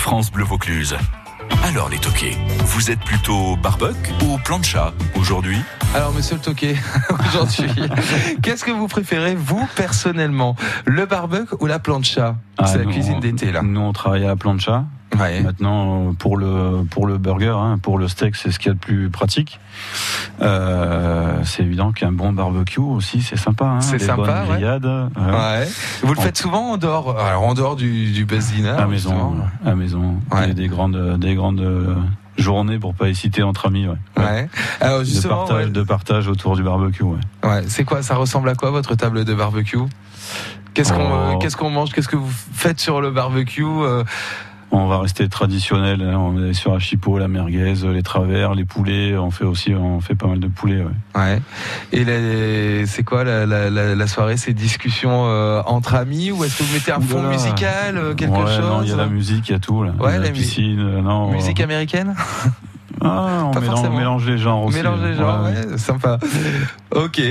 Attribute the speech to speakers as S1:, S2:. S1: France Bleu Vaucluse. Alors les toqués, vous êtes plutôt barbecue ou plancha aujourd'hui
S2: Alors, monsieur le toquet, aujourd'hui, qu'est-ce que vous préférez, vous, personnellement Le barbecue ou la plancha
S3: Ah,
S2: C'est la
S3: nous,
S2: cuisine
S3: on-
S2: d'été, là.
S3: Nous, on travaille à la plancha.
S2: Ouais.
S3: Maintenant, euh, pour le, pour le burger, hein, pour le steak, c'est ce qu'il y a de plus pratique. Euh, c'est évident qu'un bon barbecue aussi, c'est sympa. hein,
S2: C'est
S3: des
S2: sympa,
S3: bonnes
S2: ouais.
S3: grillades, euh,
S2: Ouais. Vous le
S3: On-
S2: faites souvent en dehors, alors en dehors du, du base dinner,
S3: à maison.
S2: Ah, justement.
S3: À maison.
S2: Ouais.
S3: Des, des grandes, des grandes euh, journées, pour pas hésiter, entre amis. Ouais.
S2: Ouais. Alors
S3: De,
S2: justement,
S3: partage,
S2: ouais.
S3: de partage autour du barbecue. Ouais.
S2: Ouais, c'est quoi Ça ressemble à quoi votre table de barbecue Qu'est-ce qu'on euh,
S3: Oh.
S2: qu'est-ce qu'on mange Qu'est-ce que vous faites sur le barbecue euh,
S3: On va rester traditionnel. hein, on est sur la chipot, la merguez, les travers, les poulets. On fait aussi, on fait pas mal de poulets. ouais.
S2: Ouais. Et les- c'est quoi la, la- la- la soirée C'est discussion euh, entre amis ou est-ce que vous mettez un fond
S3: Oulala.
S2: musical, euh, quelque
S3: Ouais, non, Il
S2: chose
S3: y a la musique, il y a tout. Là.
S2: Ouais,
S3: la,
S2: la mu-
S3: piscine, euh, non.
S2: Musique
S3: euh,
S2: américaine
S3: ah, on,
S2: pas
S3: mélange, on
S2: forcément.
S3: mélange les genres aussi.
S2: Mélanger les
S3: Ouais,
S2: genres,
S3: ouais.
S2: ouais, sympa. ok.